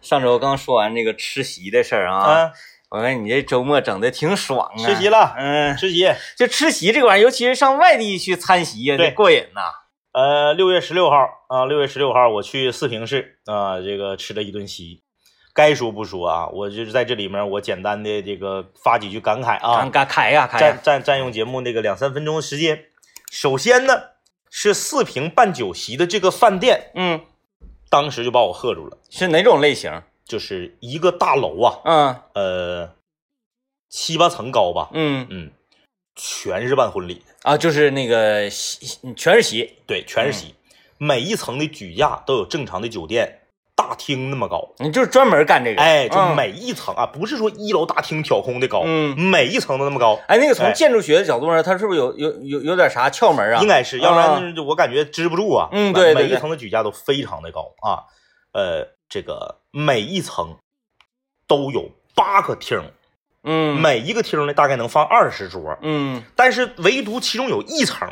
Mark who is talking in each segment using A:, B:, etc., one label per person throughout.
A: 上周刚说完这个吃席的事儿啊，
B: 啊，
A: 我看你这周末整的挺爽啊。
B: 吃席了，
A: 嗯，
B: 吃席，
A: 就吃席这个玩意儿，尤其是上外地去参席呀，
B: 对
A: 这过瘾呐。
B: 呃，六月十六号啊，六月十六号我去四平市啊，这个吃了一顿席。该说不说啊，我就是在这里面，我简单的这个发几句感慨啊
A: 赶，赶开嗯呀，开
B: 占
A: 呀！
B: 占占用节目那个两三分钟的时间。首先呢，是四平办酒席的这个饭店，
A: 嗯，
B: 当时就把我喝住了，
A: 是哪种类型？
B: 就是一个大楼啊，
A: 嗯
B: 呃，七八层高吧，
A: 嗯
B: 嗯，全是办婚礼的，
A: 啊，就是那个席，嗯全是席。
B: 对，全
A: 嗯
B: 是席，每一层的举架都有正常的酒店大厅那么高，
A: 你就是专门干这个，
B: 哎，就
A: 嗯
B: 每一层啊，不是说一楼大厅挑空的高，
A: 嗯
B: 每一层都那么高，
A: 哎，那个
B: 哎
A: 从建筑学的角度上，它是不是有有有有点啥窍门啊？
B: 应该是，要不
A: 啊
B: 然就是我感觉支不住啊。
A: 嗯
B: 每
A: 对对
B: 每一
A: 对
B: 层的举架都非常的高啊，呃，这个每一层都有八个厅，
A: 嗯
B: 每一个厅呢大概能放二十桌，
A: 嗯，
B: 但是唯独其中有一层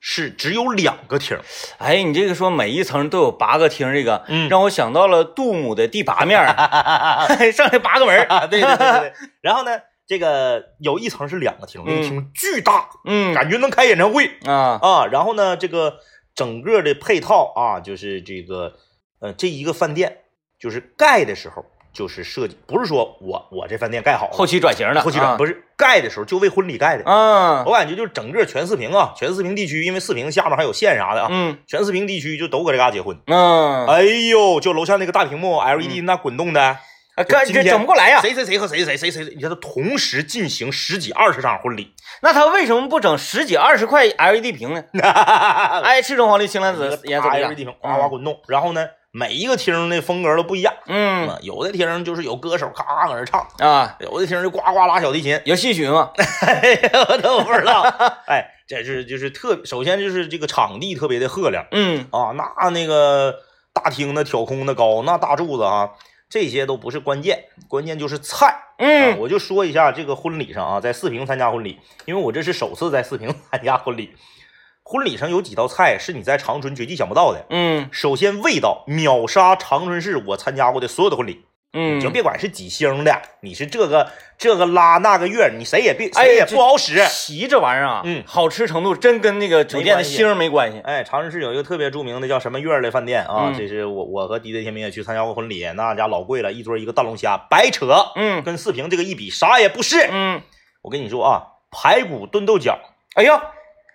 B: 是只有两个厅，
A: 哎，你这个说每一层都有八个厅，这个、
B: 嗯
A: 让我想到了杜牧的第八面 儿，上来八个门儿，
B: 啊，对对对对对， 然后呢，这个有一层是两个厅，那个
A: 嗯
B: 厅巨大，
A: 嗯
B: 感觉能开演唱会。
A: 啊，
B: 啊，然后呢，这个整个的配套啊，就是这个呃，这一个饭店就是盖的时候就是设计，不是说我我这饭店盖好了，
A: 后期转型的，
B: 后期转、啊
A: 是
B: 不是盖的时候就为婚礼盖的。
A: 啊
B: 我，感觉就是整个全四平啊，全四平地区，因为四平下面还有县啥的啊，
A: 嗯
B: 全四平地区就都搁这嘎结婚。
A: 嗯，
B: 哎呦，就楼下那个大屏幕 LED 那滚动的，
A: 啊 哥
B: 今
A: 这
B: 天
A: 整不过来呀、
B: 谁谁谁和谁谁谁谁，你看他同时进行十几二十场婚礼，
A: 那他为什么不整十几二十块 LED 屏呢？爱吃中黄绿青蓝紫颜色不一样
B: LED E 屏哗哗滚动，然后呢，每一个厅的风格都不一样。
A: 嗯
B: 啊，有的厅就是有歌手咔咔搁那唱，
A: 啊，
B: 有的厅就呱呱拉小提琴，
A: 有戏曲吗？
B: 哎我都不知道。 哎，这是就是特，首先就是这个场地特别的赫亮
A: 嗯
B: 啊，那那个大厅的挑空的高，那大柱子啊，这些都不是关键，关键就是菜。啊
A: 嗯，
B: 我就说一下这个婚礼上啊，在四平参加婚礼，因为我这是首次在四平 参加婚礼，婚礼上有几道菜是你在长春绝技想不到的。
A: 嗯
B: 首先，味道秒杀长春市我参加过的所有的婚礼，
A: 嗯，
B: 你就别管是几星的，你是这个这个拉那个月，你谁也别
A: 哎
B: 谁也
A: 这
B: 不好使。
A: 席这玩意儿啊，
B: 嗯
A: 好吃程度真跟那个酒店的
B: 没关系
A: 星儿没关系。
B: 哎，长春市有一个特别著名的叫什么月的饭店啊，
A: 嗯
B: 这是我我和迪迪天明也去参加过婚礼，那家老贵了，一桌一个大龙虾，白扯，
A: 嗯
B: 跟四平这个一比，啥也不是。
A: 嗯，
B: 我跟你说啊，排骨炖豆角，
A: 哎呀，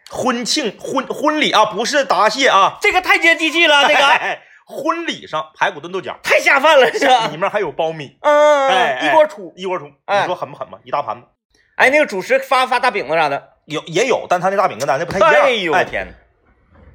B: 婚庆婚婚礼啊，不是答谢啊，
A: 这个太接地气了，这
B: 这
A: 个
B: 个婚礼上排骨炖豆角，
A: 太下饭了，这
B: 里面还有苞米，
A: 嗯，
B: 哎
A: 一锅出。
B: 一锅出，你
A: 哎
B: 说狠不狠吧？一大盘子，
A: 哎，那个主食发发大饼子啥的。
B: 有也有，但他那大饼跟咱那不太一样。
A: 哎呦我天哪！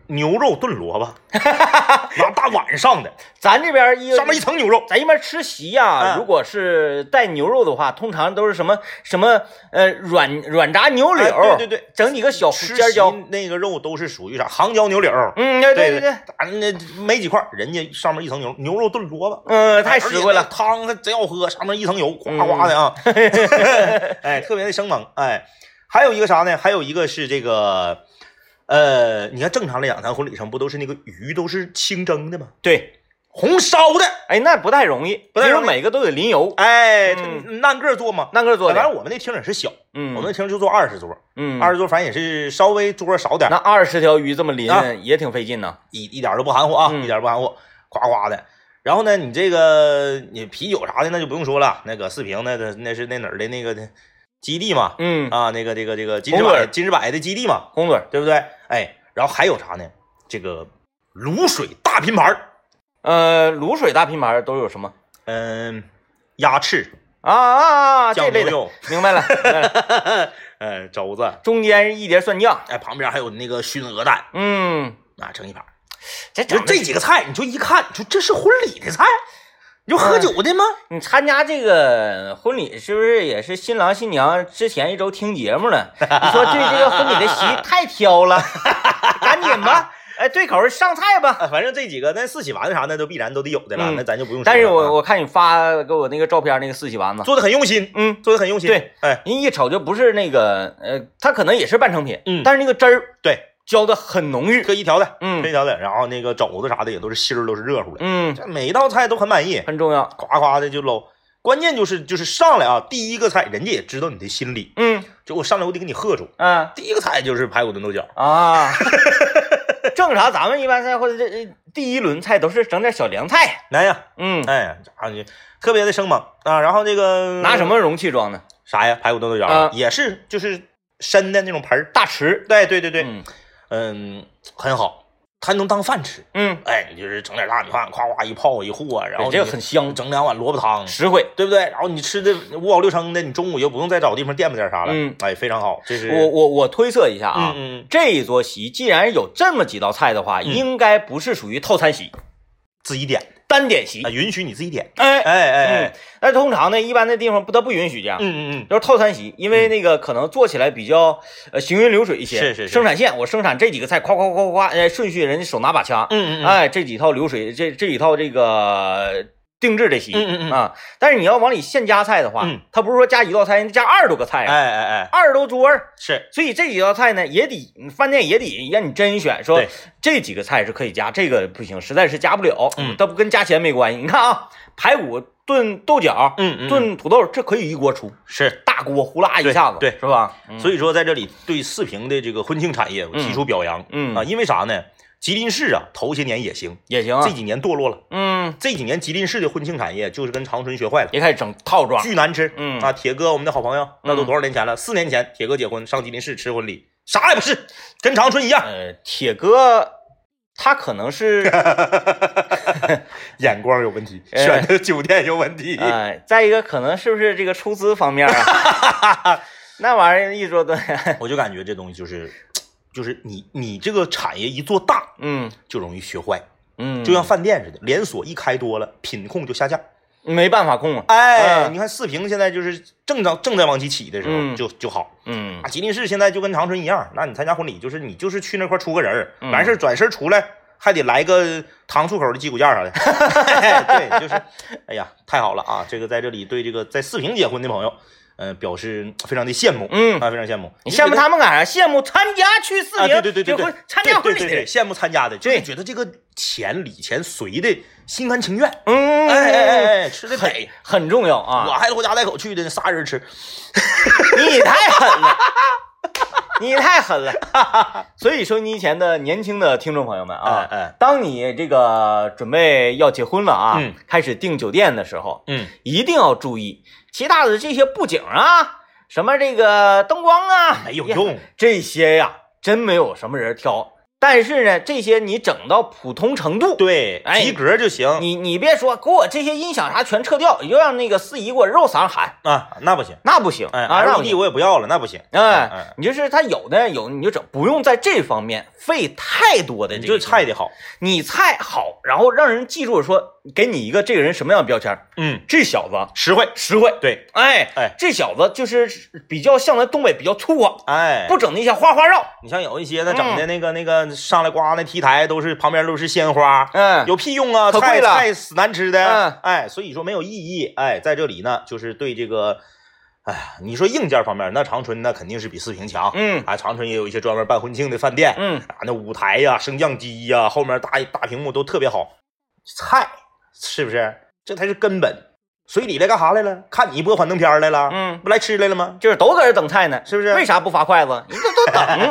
B: 牛肉炖萝 卜，拿大碗上的，
A: 咱这边一
B: 上面一层牛肉，
A: 咱一般吃席呀、
B: 嗯
A: 如果是带牛肉的话，通常都是什么什么呃软软炸牛柳，
B: 哎对对对，
A: 整几个小
B: 吃
A: 尖椒
B: 席，那个肉都是属于啥杭椒牛柳，
A: 嗯，对
B: 对
A: 对
B: 对，啊那没几块，人家上面一层牛牛肉炖萝卜，
A: 嗯、太实惠
B: 而且那
A: 了，嗯
B: 汤它真要喝，上面一层油，呱呱 的啊，哎，特别的生猛，哎，还有一个啥呢？还有一个是这个。呃，你看正常来讲，咱婚礼上不都是那个鱼都是清蒸的吗？
A: 对，
B: 红烧的，
A: 哎，那不太容易，
B: 不太容易
A: 因为每个都得淋油，
B: 哎，
A: 嗯
B: 它按个儿做嘛。
A: 那个做
B: 反
A: 的，
B: 正我们那厅也是小，
A: 嗯，
B: 我们那厅就坐二十桌，
A: 嗯，
B: 二十桌反正也是稍微桌少点儿
A: 那，二十条鱼这么淋、
B: 啊
A: 也挺费劲呢，
B: 一一点儿都不含糊啊，
A: 嗯
B: 一点儿不含糊，夸夸的。然后呢，你这个你啤酒啥的那就不用说了，那个四平那那那是那哪儿的那个基地嘛，
A: 嗯，
B: 啊，那个这个这个金士
A: 红嘴
B: 百
A: 儿
B: 金士百的基地嘛，
A: 红嘴儿，
B: 对不对？哎，然后还有啥呢？这个卤水大拼盘儿，
A: 呃，卤水大拼盘都有什么
B: 嗯、鸭翅、
A: 啊啊啊啊这
B: 酱
A: 类
B: 牛
A: 的，
B: 肉，
A: 明白了，明白了
B: 呃，肘子，
A: 中间是一碟蒜酱，
B: 哎，旁边还有那个熏鹅蛋
A: 嗯，
B: 啊，盛一盘儿。
A: 这
B: 就
A: 整
B: 这几个菜，你就一看，你说这是婚礼的菜，你就喝酒的吗？
A: 你参加这个婚礼是不是也是新郎新娘之前一周听节目了？你说对这个婚礼的席 太挑了，赶紧吧，哎，对口儿上菜吧。
B: 啊，反正这几个那四喜丸子啥的都必然都得有的了，
A: 嗯
B: 那咱就不用说了啊。
A: 但是我我看你发给我那个照片，那个四喜丸子，
B: 做的很用心，
A: 嗯，
B: 做的很用心。
A: 对，
B: 哎，
A: 人一瞅就不是那个，呃，它可能也是半成品，
B: 嗯
A: 但是那个汁儿
B: 对，
A: 浇的很浓郁，
B: 各一条的，
A: 嗯
B: 各一条的，然后那个肘子啥的也都是芯儿都是热乎的，
A: 嗯，
B: 这每一道菜都很满意，
A: 很重要，
B: 夸夸的就搂。关键就是就是上来啊，第一个菜人家也知道你的心理，
A: 嗯
B: 就我上来我得给你喝住。
A: 嗯
B: 第一个菜就是排骨炖豆角，
A: 啊，正常咱们一般菜或者这呃第一轮菜都是整点小凉菜，
B: 难呀，
A: 嗯，
B: 哎，啊你特别的生猛啊。然后这个
A: 拿什么容器装的？
B: 啥呀？排骨炖豆角、
A: 啊
B: 也是就是深的那种盆儿，
A: 大匙，
B: 对对对对，
A: 嗯
B: 嗯，很好，它能当饭吃。
A: 嗯，
B: 哎，你就是整点大米饭，夸夸一泡一和，啊然后
A: 这个
B: 你
A: 很香，
B: 整两碗萝卜汤，
A: 实惠。
B: 对不对？然后你吃的五饱六撑的，你中午又不用再找地方垫吧点啥了，
A: 嗯
B: 哎，非常好，这是
A: 我我我推测一下啊，
B: 嗯嗯，嗯
A: 这一桌席既然有这么几道菜的话，应该不是属于套餐席，
B: 自己点啊、
A: 单点席。
B: 允许你自己点，
A: 哎，
B: 哎哎
A: 嗯
B: 哎，，
A: 那通常呢，一般的地方不得不允许这样。
B: 嗯嗯嗯，
A: 就是套餐席，因为那个可能做起来比较呃行云流水一些，
B: 是是是
A: 生产线，我生产这几个菜，夸夸夸夸夸，哎，顺序人家手拿把掐，
B: 嗯嗯嗯，
A: 哎，这几套流水，这这几套这个定制的席，
B: 嗯嗯嗯
A: 啊，但是你要往里现加菜的话，
B: 嗯
A: 他不是说加一道菜，人家加二十多个菜啊，
B: 哎哎哎，
A: 二十多桌儿，
B: 是
A: 所以这几道菜呢，也得饭店也得让你甄选，说
B: 对
A: 这几个菜是可以加，这个不行，实在是加不了。
B: 嗯
A: 它不跟加钱没关系。你看啊，排骨炖豆角，
B: 嗯嗯嗯
A: 炖土豆，这可以一锅出，
B: 是。
A: 大锅呼啦一下子，
B: 对
A: 是吧？
B: 所
A: 以，
B: 以说，在这里对四平的这个婚庆产业，我提出表扬、
A: 嗯，
B: 啊，因为啥呢？吉林市啊，头些年也行，
A: 也行啊
B: 这，几年堕落了。
A: 嗯，
B: 这几年吉林市的婚庆产业就是跟长春学坏了，
A: 也开始整套装，
B: 巨难吃。
A: 嗯
B: 啊，铁哥，我们的好朋友，那都
A: 嗯
B: 多少年前了？四年前，铁哥结婚上吉林市吃婚礼，啥也不是，跟长春一样。
A: 呃，铁哥。他可能 是，
B: 眼光有问题，
A: 哎
B: 选的酒店有问题。
A: 呃，再一个可能是不是这个出资方面啊？ 那玩意儿一桌炖，
B: 我就感觉这东西就是，就是你你这个产业一做大，
A: 嗯
B: 就容易学坏，
A: 嗯，
B: 就像饭店似的，连锁一开多了，品控就下降。
A: 没办法控啊，
B: 哎，
A: 嗯
B: 你看四平现在就是正正正在往起起的时候
A: 嗯
B: 就就好。
A: 嗯
B: 啊，吉林市现在就跟长春一样，那你参加婚礼就是你就是去那块儿出个人儿，
A: 嗯
B: 完事儿转身出来还得来个糖醋口的鸡骨架啥的。 对，就是，哎呀，太好了啊！这个在这里对这个在四平结婚的朋友，呃，表示非常的羡慕，
A: 嗯
B: 啊，非常羡慕。
A: 你羡慕他们干啥？羡慕参加去四
B: 啊？
A: 平
B: 对对对对
A: 结
B: 对
A: 婚，参加婚
B: 对
A: 礼
B: 对
A: 的
B: 对，
A: 人。
B: 羡慕参加的，就是
A: 对
B: 觉得这个钱礼钱随的心甘情愿。
A: 嗯，
B: 哎哎哎哎，吃的得
A: 很。很重要
B: 我
A: 啊！
B: 还拖家带口去的，仨人吃，
A: 你太狠 了，你太狠了。所以说，你以前的年轻的听众朋友们啊，
B: 哎哎
A: 当你这个准备要结婚了啊，
B: 嗯
A: 开始订酒店的时候，
B: 嗯，
A: 一定要注意其他的这些布景啊，什么这个灯光啊，
B: 没有用，
A: 这些呀，真没有什么人挑。但是呢，这些你整到普通程度，
B: 对，
A: 哎
B: 及格就行
A: 你你别说，给我这些音响啥全撤掉，你就让那个司仪给我肉嗓喊，
B: 啊，那不行。
A: 那不行
B: 哎
A: 啊，让
B: ，LED
A: 我
B: 我也不要了，那不行。
A: 哎，，你就是他有的有你就整，不用在这方面费太多的
B: 你
A: 这
B: 就
A: 个，
B: 菜的好。
A: 你菜好，然后让人记住说给你一个这个人什么样的标签儿，
B: 嗯，
A: 这小子
B: 实惠。
A: 实惠，
B: 对，
A: 哎
B: 哎
A: 这小子就是比较像咱东北比较粗犷，
B: 哎，
A: 不整嗯那些花花绕，
B: 你像有一些那整的那个那个上来呱那 T 台都是旁边都是鲜花，
A: 嗯，
B: 有屁用啊？
A: 可
B: 菜
A: 贵了
B: 菜死难吃的
A: 嗯。
B: 哎，所以说没有意义。哎，在这里呢，就是对这个，哎呀，你说硬件方面，那长春那肯定是比四平强。
A: 嗯
B: 啊，长春也有一些专门办婚庆的饭店，
A: 嗯
B: 啊，那舞台呀、升降机呀、后面大大屏幕都特别好。菜是不是？这才是根本。所以你来干啥来了？看你播幻灯片儿来了，
A: 嗯，
B: 不来吃来了吗？
A: 就是都搁这等菜呢，
B: 是不是
A: 为啥不发筷 子？你这都等，对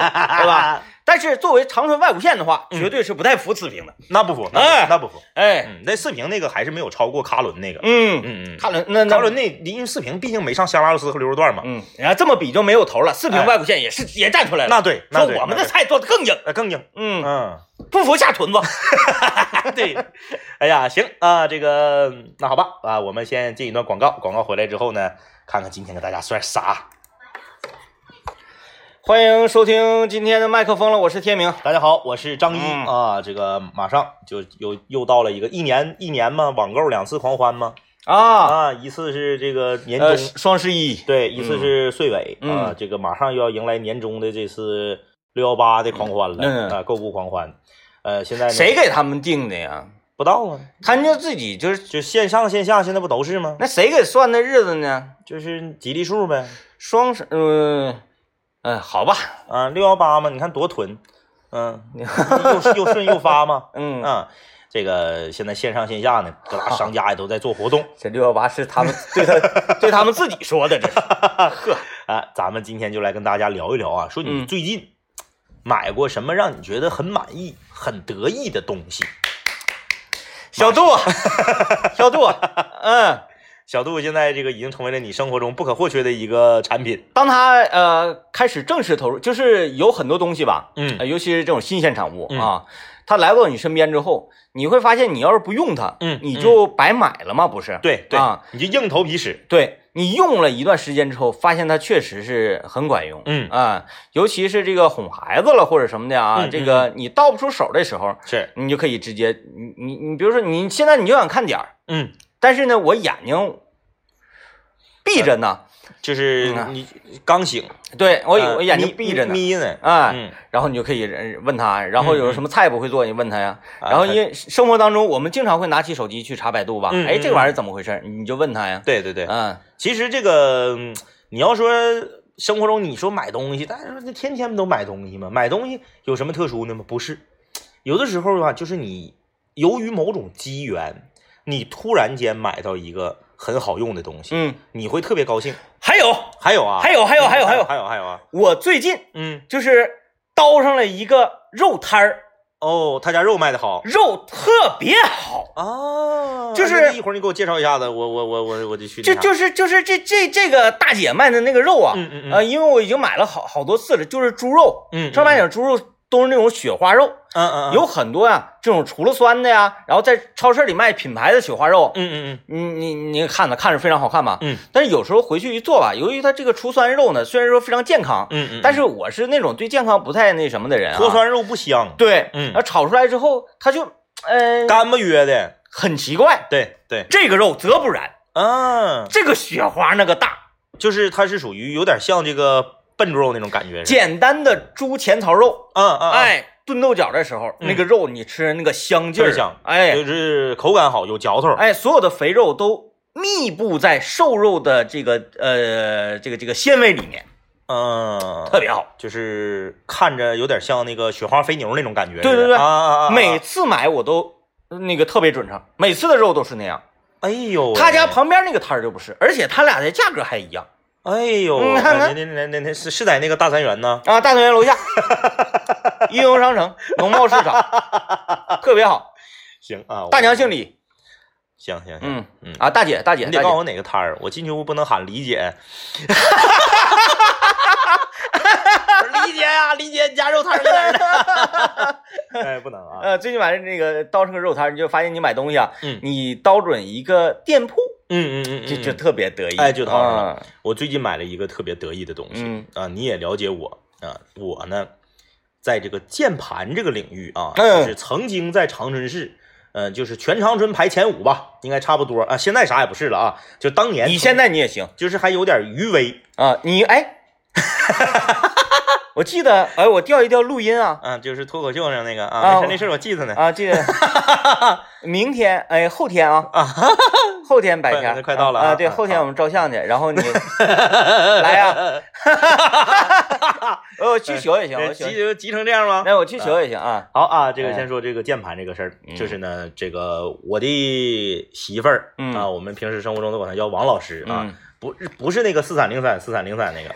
A: 吧？？但是作为长春外五县的话，绝对是不太服四平的。
B: 那不服，那不服
A: 哎
B: 那不服。
A: 哎，
B: 嗯，那四平那个还是没有超过卡伦那个。
A: 嗯，
B: 嗯嗯，
A: 卡伦那那
B: 卡伦那因为四平毕竟没上香辣肉丝和牛肉段嘛。
A: 嗯，哎然后这么比就没有头了。四平外五县也是也站出来了，
B: 那对，那对
A: 说我们
B: 那
A: 的
B: 对
A: 菜做的更硬，
B: 呃更硬。
A: 嗯，
B: 嗯，
A: 不服下屯子。
B: 对。哎呀，行啊，这个那好吧啊，我们先进一段广告，广告回来之后呢，看看今天给大家算啥。
A: 欢迎收听今天的麦克风了，我是天明。
B: 大家好，我是张一、
A: 嗯
B: 啊，这个马上就又又到了一个一年一年嘛，网购两次狂欢嘛
A: 啊，
B: 啊，一次是这个年终。
A: 呃，双十一，
B: 对，一次是岁尾、
A: 嗯
B: 啊，这个马上又要迎来年终的这次六幺八的狂欢了、
A: 嗯
B: 啊，购物狂欢。呃，现在呢
A: 谁给他们定的呀？
B: 不到啊？
A: 他们就自己就是，
B: 就线上线下现在不都是吗？
A: 那谁给算的日子呢？
B: 就是吉利数呗
A: 双十，呃，嗯，好吧，
B: 啊，六幺八嘛，你看多囤。 嗯，又又顺又发嘛，
A: 嗯，
B: 啊，这个现在线上线下呢，各大
A: 啊
B: 商家也都在做活动
A: 这六幺八是他们对 他对他们自己说的，这是。呵，
B: 啊。咱们今天就来跟大家聊一聊啊，说你
A: 嗯
B: 最近买过什么让你觉得很满意、很得意的东西？
A: 小度， 小度，嗯，
B: 小度现在这个已经成为了你生活中不可或缺的一个产品。
A: 当他呃开始正式投入，就是有很多东西吧，呃
B: 嗯
A: 尤其是这种新鲜产物
B: 嗯
A: 啊，它来到你身边之后，你会发现，你要是不用它，
B: 嗯
A: 你就白买了嘛，不是？
B: 对对
A: 啊，
B: 你就硬头皮使。
A: 对你用了一段时间之后，发现它确实是很管用，
B: 嗯
A: 啊，尤其是这个哄孩子了或者什么的啊，
B: 嗯
A: 这个你倒不出手的时候，
B: 是，
A: 你就可以直接，你你你，比如说你现在你就想看点儿，
B: 嗯，
A: 但是呢，我眼睛闭着呢，
B: 就是
A: 嗯啊
B: 你刚醒，
A: 对我
B: 呃
A: 我眼睛
B: 眯
A: 闭着呢，
B: 眯眯呢。
A: 啊，
B: 嗯，
A: 然后你就可以呃问他，然后有什么菜不会做，你问他呀。
B: 啊
A: 然后因为生活当中，我们经常会拿起手机去查百度吧，
B: 嗯
A: 哎，
B: 嗯
A: 这个玩意儿怎么回事？你就问他呀。
B: 对对对，
A: 嗯，
B: 其实这个嗯你要说生活中你说买东西，大家说这天天都买东西嘛，买东西有什么特殊的吗？不是，有的时候啊，就是你由于某种机缘，你突然间买到一个很好用的东西，
A: 嗯，
B: 你会特别高兴。
A: 还有
B: 还有啊，
A: 还有还有还有还有
B: 还有还有啊，
A: 我最近
B: 嗯，
A: 就是叨上了一个肉摊儿，
B: 哦，他家肉卖的好。
A: 肉特别好，
B: 哦，
A: 嗯就是
B: 那一会儿你给我介绍一下子，我我我我我就去
A: 就
B: 那啥。
A: 就是就是这这这个大姐卖的那个肉啊，
B: 嗯嗯嗯
A: 呃，因为我已经买了好好多次了，就是猪肉，
B: 嗯嗯
A: 正儿八经猪肉都是那种雪花肉，
B: 嗯嗯嗯
A: 有很多呀、这种除了酸的呀，然后在超市里卖品牌的雪花肉，
B: 嗯嗯
A: 你你你看着看着非常好看吧，
B: 嗯
A: 但是有时候回去一做吧，由于它这个除酸肉呢，虽然说非常健康，
B: 嗯嗯，
A: 但是我是那种对健康不太那什么的人啊，
B: 脱酸肉不香，
A: 对，然
B: 嗯
A: 后炒出来之后，它就呃
B: 干巴约的，
A: 很奇怪，
B: 对对，
A: 这个肉则不然，
B: 嗯，
A: 这个雪花那个大，
B: 就是它是属于有点像这个笨猪肉那种感觉，是吧
A: 简单的猪前槽肉，
B: 嗯嗯，嗯，
A: 哎，炖豆角的时候、
B: 嗯
A: 那个肉你吃那个香劲
B: 特
A: 儿，
B: 别香，
A: 哎
B: 就是口感好，有嚼头，
A: 哎，所有的肥肉都密布在瘦肉的这个呃这个这个纤维里面，
B: 嗯，
A: 特别好。
B: 就是看着有点像那个雪花肥牛那种感觉，
A: 对
B: 是
A: 对对
B: 啊啊啊，啊
A: 每，次买我都那个特别准成，每次的肉都是那样。
B: 哎呦喂，
A: 他家旁边那个摊儿就不是，而且他俩的价格还一样
B: 哎呦，
A: 嗯
B: 感
A: 看
B: 觉
A: 看
B: 那那那那是是在那个大三元呢，
A: 啊！大团圆楼 下，应用商城农贸市场，特别好。
B: 行啊，我
A: 大娘姓，李，
B: 行行行，
A: 嗯
B: 嗯
A: 啊，大姐大姐
B: 你
A: 大
B: 得告诉
A: 姐，
B: 我哪个摊儿，我进去我不能喊 李姐，我说李姐呀，李姐，你家肉摊儿在哪儿呢？ 哎，不能啊，
A: 呃，最近晚上那个到这个肉摊儿，你就发现你买东西啊，
B: 嗯
A: 你刀准一个店铺，
B: 嗯嗯嗯，
A: 就
B: 嗯
A: 就特别得意，
B: 哎就到这儿
A: 啊
B: 我最近买了一个特别得意的东西、
A: 嗯
B: 啊，你也了解我啊，我呢，在这个键盘这个领域啊，
A: 嗯
B: 就是曾经在长春市，呃，就是全长春排前五吧，应该差不多啊，现在啥也不是了啊，就当年
A: 你现在你也行
B: 就是还有点余威，
A: 啊，你哎。 我记得，哎，我调一调录音啊，
B: 啊，就是脱口秀上那个
A: 啊
B: 啊，没事那事儿我记着呢，
A: 啊，这 个明天哎，后天啊，后天白天
B: 快快到了啊
A: 啊，对，
B: 啊
A: 后天我们照相去，然 后你来呀，呃我去学也行，我
B: 呃
A: 去
B: 急
A: 学，
B: 就急成这样吗？
A: 那我去学也行啊，
B: 好啊，这个
A: 哎
B: 先说这个键盘这个事儿，
A: 嗯
B: 就是呢，这个我的媳妇儿、
A: 嗯
B: 啊，我们平时生活中都管她叫王老师啊，
A: 嗯
B: 不是不是那个四三零三四三零三那个，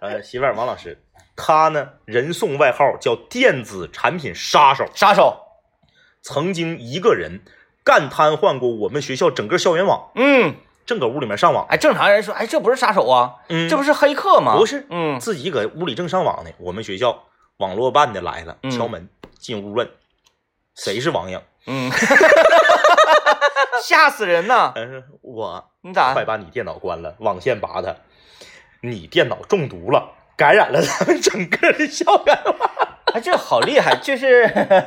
B: 呃，媳妇儿王老师，她呢人送外号叫电子产品杀手，
A: 杀手，
B: 曾经一个人干瘫痪过我们学校整个校园网，
A: 嗯，
B: 正搁屋里面上网，
A: 哎，正常人说，哎，这不是杀手啊，
B: 嗯
A: 这不是黑客吗？
B: 不是
A: 嗯，
B: 自己搁屋里正上网呢，我们学校网络办的来了，
A: 嗯
B: 敲门进屋问谁是王爷。
A: 嗯， 吓死人呐！
B: 但是呃我啊
A: 你咋
B: 快？把你电脑关了，网线拔它，你电脑中毒了，感染了咱们整个的校园网。
A: 哎，这好厉害，这是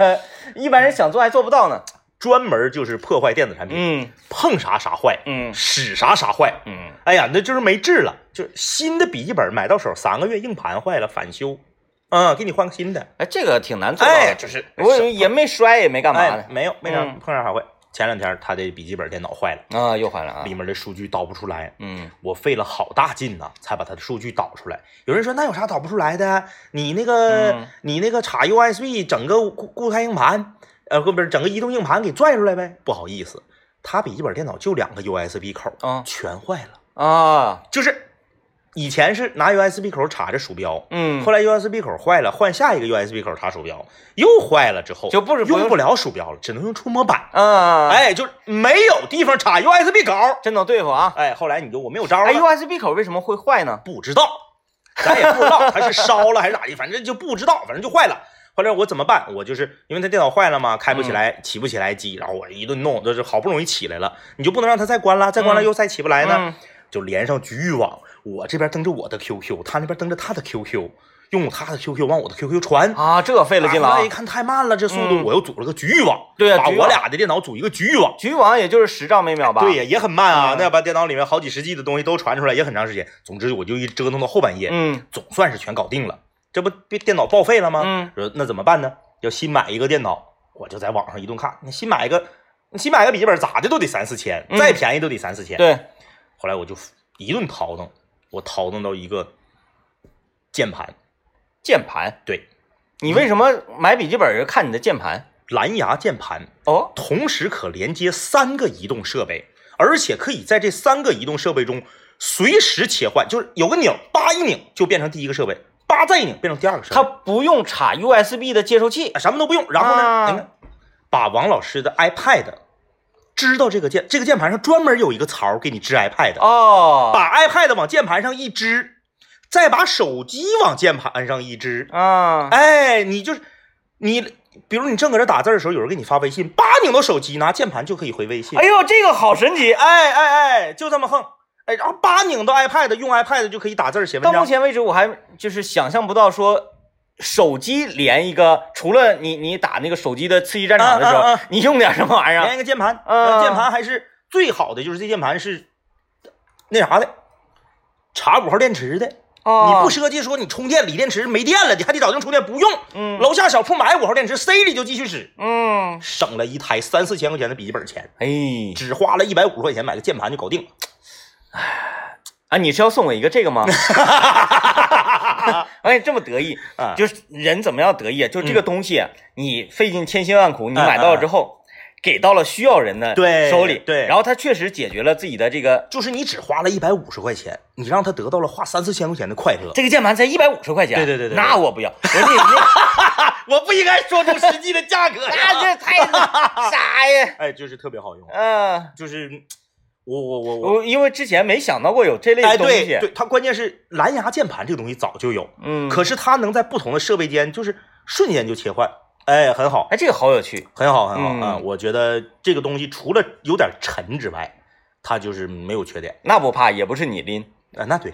A: 一般人想做还做不到呢。
B: 专门就是破坏电子产品，
A: 嗯
B: 碰啥啥坏，
A: 嗯
B: 使啥啥坏。
A: 嗯，
B: 哎呀，那就是没治了，就是新的笔记本买到手三个月，硬盘坏了返修，啊、给你换个新的。
A: 哎，这个挺难做到
B: 哎，
A: 的，
B: 就是
A: 我也没摔，也没干嘛
B: 哎
A: 的，。
B: 没有没啥
A: 嗯
B: 碰啥啥坏。前两天他的笔记本电脑坏了，
A: 啊，又坏了啊
B: 里，面的数据导不出来，
A: 嗯
B: 我费了好大劲呐、才把他的数据导出来。有人说那有啥导不出来的？你那个、
A: 嗯
B: 你那个插 USB 整个固固态硬盘，呃，不不是整个移动硬盘给拽出来呗？不好意思，他笔记本电脑就两个 USB 口，
A: 啊
B: 全坏了。
A: 啊，
B: 就是以前是拿 USB 口插着鼠标，
A: 嗯，
B: 后来 USB 口坏了，换下一个 USB 口插鼠标，又坏了之后
A: 就不是不
B: 用
A: 用
B: 不了鼠标了，只能用触摸板。
A: 啊，，
B: 哎，就是没有地方插 USB 口。
A: 真能对付啊。
B: 哎，后来你就我没有招了。
A: 哎，USB 口为什么会坏呢？
B: 不知道，咱也不知道它是烧了还是咋的，反正就不知道，反正就坏了。后来我怎么办？我就是因为它电脑坏了嘛，开不起来，起不起来机，然后我一顿弄，就是好不容易起来了，你就不能让它再关了，再关
A: 嗯
B: 了又再起不来呢，
A: 嗯
B: 就连上局域网，我这边登着我的 QQ，他那边登着他的 QQ，用他的 QQ 往我的 QQ 传。
A: 啊，这费了劲了啊
B: 啊！一看太慢了，这速度，
A: 嗯
B: 我又组了个局域网，
A: 对啊
B: 把
A: 局域
B: 我
A: 网
B: 俩的电脑组一个局域网，
A: 局域网也就是十兆每秒吧？
B: 对呀，也很慢啊
A: 嗯，
B: 那要把电脑里面好几十 G 的东西都传出来，也很长时间。总之，我就一折腾到后半夜，
A: 嗯
B: 总算是全搞定了。这不被电脑报废了吗？
A: 嗯
B: 说那怎么办呢？要新买一个电脑，我就在网上一顿看，你新买一个，你新买个笔记本咋的都得三四千，
A: 嗯
B: 再便宜都得三四千。，
A: 对，
B: 后来我就一顿淘腾，我淘腾到一个键盘，
A: 键盘。
B: 对，
A: 你为什么买笔记本儿看你的键盘？
B: 蓝牙键盘，
A: 哦，
B: 同时可连接三个移动设备，而且可以在这三个移动设备中随时切换，就是有个钮，叭一拧就变成第一个设备，叭再一拧变成第二个设备。
A: 它不用插 USB 的接收器
B: 啊，什么都不用。然后呢，
A: 啊
B: 你看，把王老师的 iPad 支到这个键，这个键盘上专门有一个槽儿给你支 iPad，、
A: 哦。
B: 把 iPad 往键盘上一支，再把手机往键盘上一支，
A: 啊，
B: 哎，你就是你，比如你正搁这打字的时候，有人给你发微信，叭拧到手机，拿键盘就可以回微信。
A: 哎呦，这个好神奇！
B: 哎哎哎，就这么横。哎，然后叭拧到 iPad，用 iPad 就可以打字儿写文
A: 到目
B: 章。
A: 前为止，我还就是想象不到说。手机连一个，除了你你打那个手机的刺激战场的时候，
B: 啊啊啊
A: 你用点什么玩意
B: 连
A: 儿？
B: 一个键盘，呃
A: 嗯
B: 键盘还是最好的，就是这键盘是那啥的，插五号电池的。
A: 哦
B: 你不设计说你充电锂电池没电了，你还得找地方充电，不用，
A: 嗯
B: 楼下小铺买五号电池塞里就继续使，
A: 嗯，
B: 省了一台三四千块钱的笔记本钱，
A: 哎
B: 只花了一百五十块钱买个键盘就搞定了。
A: 啊，你是要送我一个这个吗？ 哎，这么得意，
B: 啊，嗯
A: 就是人怎么样得意啊？就这个东西啊，你费尽千辛万苦，你买到了之后，给到了需要人的
B: 啊对
A: 手里，
B: 对
A: 然后他确实解决了自己的这个
B: 就是你只花了一百五十块钱，你让他得到了花三四千块钱的快乐。
A: 这个键盘才一百五十块钱，
B: 对对对对对
A: 那我 不要，我说你你
B: 我不应该说出实际的价格
A: 那这 太啥呀？
B: 哎，就是特别好用，
A: 嗯，
B: 就是嗯我我我我，
A: 我因为之前没想到过有这类
B: 哎，
A: 东
B: 对
A: 西，
B: 对，它关键是蓝牙键盘这个东西早就有，
A: 嗯，
B: 可是它能在不同的设备间就是瞬间就切换，哎，很好。
A: 哎，这个好有趣，
B: 很好，很好
A: 嗯
B: 啊、我觉得这个东西除了有点沉之外，它就是没有缺点。
A: 那不怕，也不是你拎，
B: 啊、那对。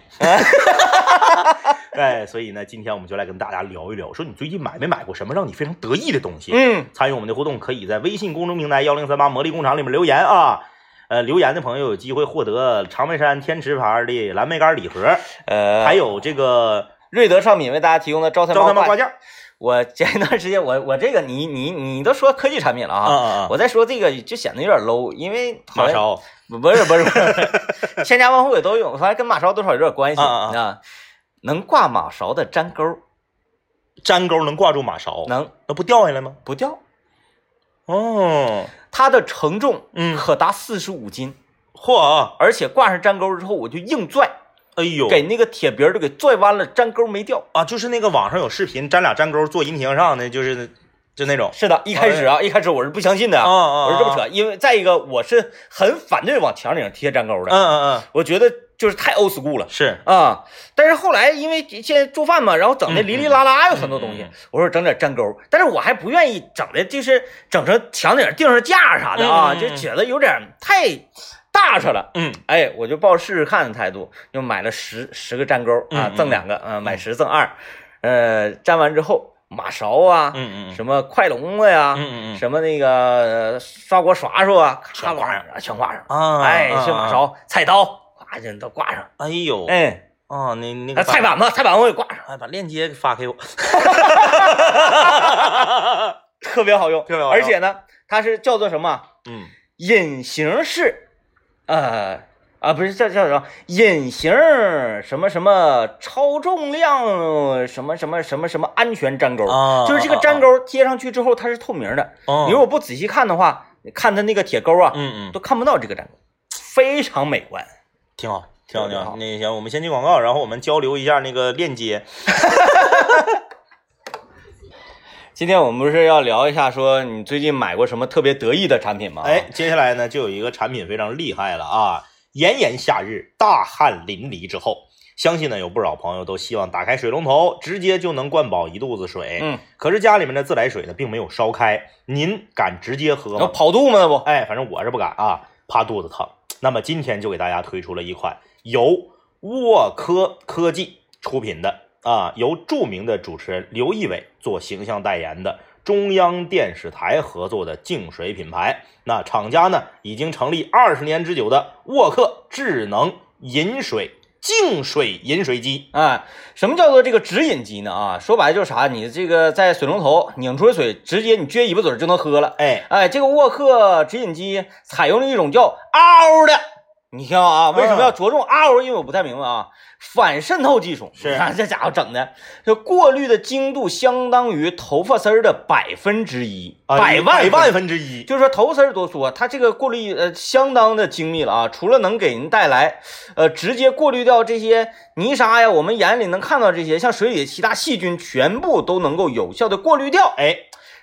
B: 哎，所以呢，今天我们就来跟大家聊一聊，说你最近买没买过什么让你非常得意的东西？
A: 嗯
B: 参与我们的互动，可以在微信公众平台幺零三八魔力工厂里面留言啊。呃，留言的朋友有机会获得长白山天池牌的蓝莓干礼盒，
A: 呃，
B: 还有这个
A: 瑞德尚品为大家提供的招财
B: 招
A: 猫
B: 他妈挂
A: 挂件。
B: 件儿
A: 我前一段时间，我我这个你你你都说科技产品了
B: 啊
A: 啊，
B: 啊啊！
A: 我再说这个就显得有点 low，因为好
B: 马
A: 像
B: 超，
A: 不不是不是不是，千家万户也都有，反正跟马勺多少有点关系
B: 啊啊啊
A: 能挂马勺的粘钩
B: 粘钩能挂住马勺，
A: 能
B: 那不掉下来吗？
A: 不掉，
B: 哦，
A: 它的承重
B: 嗯
A: 可达四十五斤，
B: 嚯啊！
A: 而且挂上粘钩之后，我就硬拽，
B: 哎呦，
A: 给那个铁别儿都给拽弯了，粘钩没掉。
B: 啊，就是那个网上有视频，粘俩粘钩做引体向上的，就是就那种。
A: 是的，一开始啊，一开始我是不相信的
B: 啊啊啊
A: 我是这么扯，因为再一个我是很反对往墙顶贴粘钩
B: 嗯
A: 的，
B: 嗯嗯，
A: 我觉得就是太 old school 了。
B: 是
A: 啊、但是后来因为现在做饭嘛，然后整的
B: 嗯
A: 哩哩啦啦有很多东西，
B: 嗯嗯
A: 我说整点粘钩，但是我还不愿意整的，就是整成墙顶钉上架啥的啊，
B: 嗯嗯嗯
A: 就觉得有点太大扯了。
B: 嗯
A: 哎，我就抱试试看的态度，就买了十十个粘钩啊
B: 嗯，嗯
A: 赠两个，嗯、买十赠二，呃，粘完之后马勺啊，
B: 嗯嗯
A: 什么快笼子呀、
B: 嗯嗯嗯
A: 什么那个呃刷锅刷刷啊，咔
B: 全挂上
A: 了，全挂上，
B: 啊，
A: 哎，
B: 啊
A: 是马。
B: 啊
A: 勺、菜刀，哗，就都挂上，
B: 哎呦，
A: 哎。
B: 啊，那
A: 那
B: 那个
A: 菜板子，菜板子我给挂 上，
B: 把，哎，把链接 发给我。
A: 特别好用，
B: 特别好用
A: 而且呢，它是叫做什么？
B: 嗯，
A: 隐形式，呃啊，不是叫叫什么隐形什么什么超重量什么什么什么什么安全粘钩，
B: 啊
A: 就是这个粘
B: 钩，
A: 钩贴上去之后它是透明的，
B: 哦
A: 你如果不仔细看的话，你看它那个铁钩啊，
B: 嗯嗯，
A: 都看不到这个粘钩，非常美观。
B: 挺好，挺好，
A: 特别
B: 挺好。
A: 好
B: 那行，我们先进广告，然后我们交流一下那个链接。
A: 今天我们不是要聊一下说你最近买过什么特别得意的产品吗？
B: 哎，，接下来呢，就有一个产品非常厉害了啊！炎炎夏日，大汗淋漓之后，相信呢有不少朋友都希望打开水龙头，直接就能灌饱一肚子水。
A: 嗯，
B: 可是家里面的自来水呢，并没有烧开，您敢直接喝
A: 要
B: 吗？
A: 跑肚吗？那不，
B: 哎，反正我是不敢啊，怕肚子疼。那么今天就给大家推出了一款由沃科科技出品的啊，由著名的主持人刘仪伟做形象代言的中央电视台合作的净水品牌。那厂家呢，已经成立二十年之久的沃克智能饮水净水饮水机。
A: 哎，什么叫做这个直饮机呢？啊，说白了就是啥，你这个在水龙头拧出的水，直接你撅尾巴嘴儿就能喝了。
B: 哎，
A: 哎，这个沃克直饮机采用了一种叫嗷的，你听啊，为什么要
B: 嗯
A: 着重嗷？因为我不太明白啊。反渗透技术
B: 是
A: 啊，这家伙整的，这过滤的精度相当于头发丝儿的百分之一，
B: 啊
A: 百万
B: 百
A: 分
B: 万分之一。
A: 就是说头发丝儿多说，它这个过滤呃相当的精密了啊，除了能给您带来呃直接过滤掉这些泥沙呀，我们眼里能看到这些像水里的其他细菌全部都能够有效的过滤掉，
B: 哎，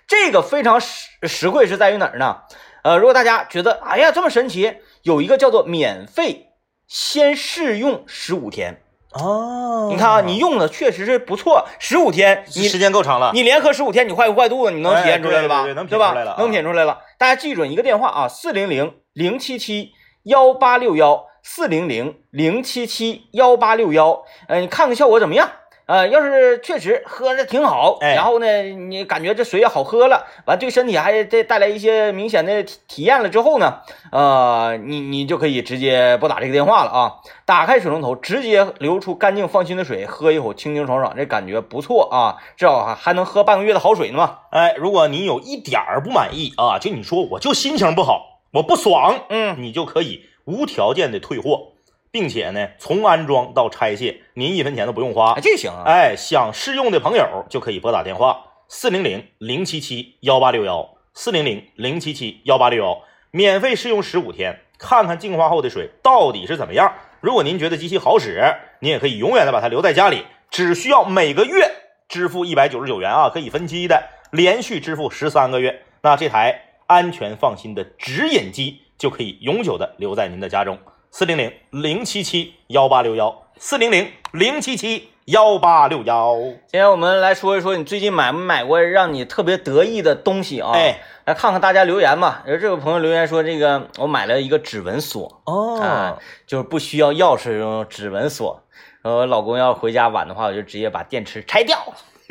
A: 这个非常实实惠是在于哪儿呢？呃，如果大家觉得哎呀这么神奇，有一个叫做免费先试用十五天，
B: 哦
A: 你看啊，你用的确实是不错，十五天你
B: 时间够长了。
A: 你连喝十五天，你坏不坏肚子，你能体验出来了吧？
B: 哎对对对能品
A: 对吧
B: 出来了啊
A: 能品出来了。大家记准一个电话啊，四零零零七七幺八六幺，四零零零七七幺八六幺。呃，你看看效果怎么样？呃，要是确实喝着挺好，
B: 哎
A: 然后呢，你感觉这水也好喝了，完对身体还带带来一些明显的体体验了之后呢，呃，你你就可以直接拨打这个电话了啊。打开水龙头，直接流出干净放心的水，喝一口清清爽爽，这感觉不错啊！至少还还能喝半个月的好水呢嘛。
B: 哎，如果你有一点儿不满意啊，就你说我就心情不好，我不爽，
A: 嗯，
B: 你就可以无条件的退货，并且呢，从安装到拆卸，您一分钱都不用花
A: 哎，。这行啊。
B: 哎，想试用的朋友就可以拨打电话四零零零七七幺八六幺四零零零七七幺八六幺，免费试用十五天，看看净化后的水到底是怎么样。如果您觉得机器好使，您也可以永远的把它留在家里，只需要每个月支付一百九十九元啊，可以分期的，连续支付十三个月，那这台安全放心的直饮机就可以永久的留在您的家中。四零零零七七幺八六幺，四零零零七七幺八六幺。
A: 今天我们来说一说你最近买没买过让你特别得意的东西啊？
B: 哎，
A: 来看看大家留言吧。有这位朋友留言说，这个我买了一个指纹锁，哎
B: 哦，
A: 就是不需要钥匙用指纹锁。呃我老公要回家晚的话，我就直接把电池拆掉。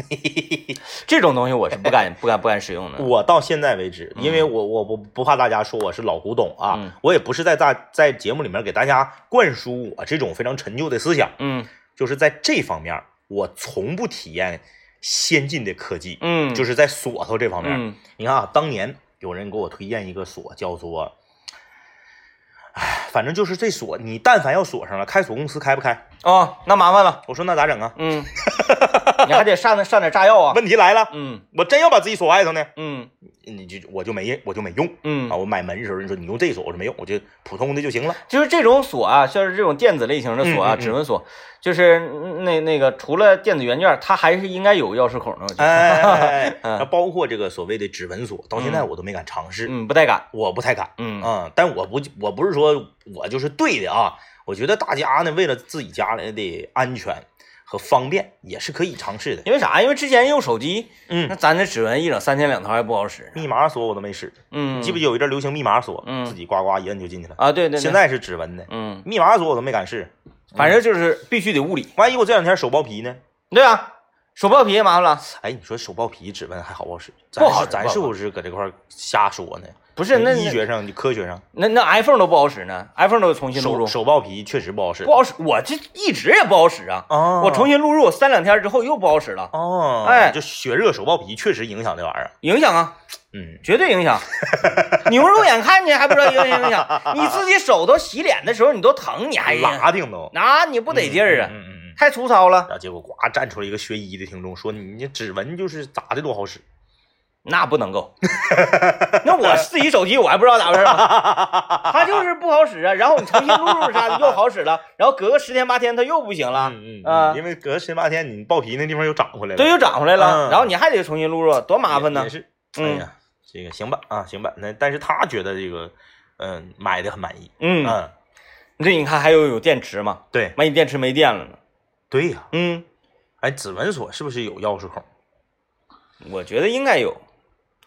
A: 这种东西我是不 敢、不敢、不敢使用的。
B: 我到现在为止，因为我我不不怕大家说我是老古董啊，
A: 嗯
B: 我也不是在大在节目里面给大家灌输我这种非常陈旧的思想，
A: 嗯
B: 就是在这方面我从不体验先进的科技，
A: 嗯，
B: 就是是在锁头这方面，
A: 嗯
B: 你看啊，当年有人给我推荐一个锁，叫做，哎，反正就是这锁，你但凡要锁上了，开锁公司开不开？
A: 哦，那麻烦了。
B: 我说那咋整啊？
A: 嗯，你还得上那上点炸药啊。
B: 问题来了，
A: 嗯
B: 我真要把自己锁外头呢，
A: 嗯
B: 你就我就没我就没用啊！
A: 嗯，
B: 我买门的时候，你说你用这锁，我说没用，我就普通的就行了。
A: 就是这种锁啊，像是这种电子类型的锁啊，
B: 嗯嗯嗯
A: 指纹锁，就是那那个除了电子元件，它还是应该有钥匙孔的。我觉得
B: 哎哎哎，哎
A: 嗯
B: 那包括这个所谓的指纹锁，到现在
A: 嗯
B: 我都没敢尝试，
A: 嗯，不太敢。
B: 我不太敢。
A: 嗯
B: 嗯，但我不我不是说我就是对的啊，我觉得大家呢为了自己家人的安全和方便，也是可以尝试的。
A: 因为啥？因为之前用手机，那
B: 嗯，
A: 咱这指纹一整三天两头还不好使。
B: 密码锁我都没使，
A: 嗯，
B: 记不记得有一阵流行密码锁，
A: 嗯
B: 自己呱呱一摁就进去了。
A: 啊？对对对。
B: 现在是指纹的，
A: 嗯，
B: 密码锁我都没敢试，
A: 反正就是必须得物理。
B: 万一我这两天手包皮呢？
A: 对啊，手爆皮也麻烦了。
B: 哎，你说手包皮指纹还好不好使？
A: 不好使
B: 咱是
A: 不好使
B: 咱是不是搁这块儿瞎说呢？
A: 不是那
B: 医
A: 那
B: 学上、你科学上，
A: 那那 iPhone 都不好使呢，iPhone 都重新录
B: 手
A: 入，
B: 手爆皮确实不好使
A: 不好使，我这一直也不好使啊。
B: 啊
A: 我重新录入，我三两天之后又不好使了，
B: 哦，
A: 哎
B: 就血热手爆皮确实影响这玩意儿，
A: 影响啊，
B: 嗯，
A: 绝对影 响。牛肉眼看见还不知道影响影响，你自己手都洗脸的时候你都疼，你还
B: 拉挺都
A: 那、你不得劲儿啊，
B: 嗯嗯嗯。嗯
A: 太粗糙了，
B: 然后结果呱站出来一个学医的听众说：“你你指纹就是咋的都好使，
A: 那不能够。 那我自己手机我还不知道咋回事儿， 它就是不好使啊。然后你重新录入啥的又好使了，然后隔个十天八天它又不行了，
B: 嗯
A: 啊
B: 因为隔十八天你爆皮那地方又长回来了，
A: 对，又长回来了，
B: 嗯
A: 然后你还得重新录入，多麻烦呢
B: 也。是，哎
A: 嗯
B: 呀，这个行吧啊，行吧，那但是他觉得这个，嗯，买的很满意，
A: 嗯，
B: 嗯，
A: 你这你看还有有电池嘛？
B: 对
A: 万一电池没电了呢？
B: 对呀，
A: 嗯，
B: 哎，指纹锁是不是有钥匙孔？
A: 我觉得应该有。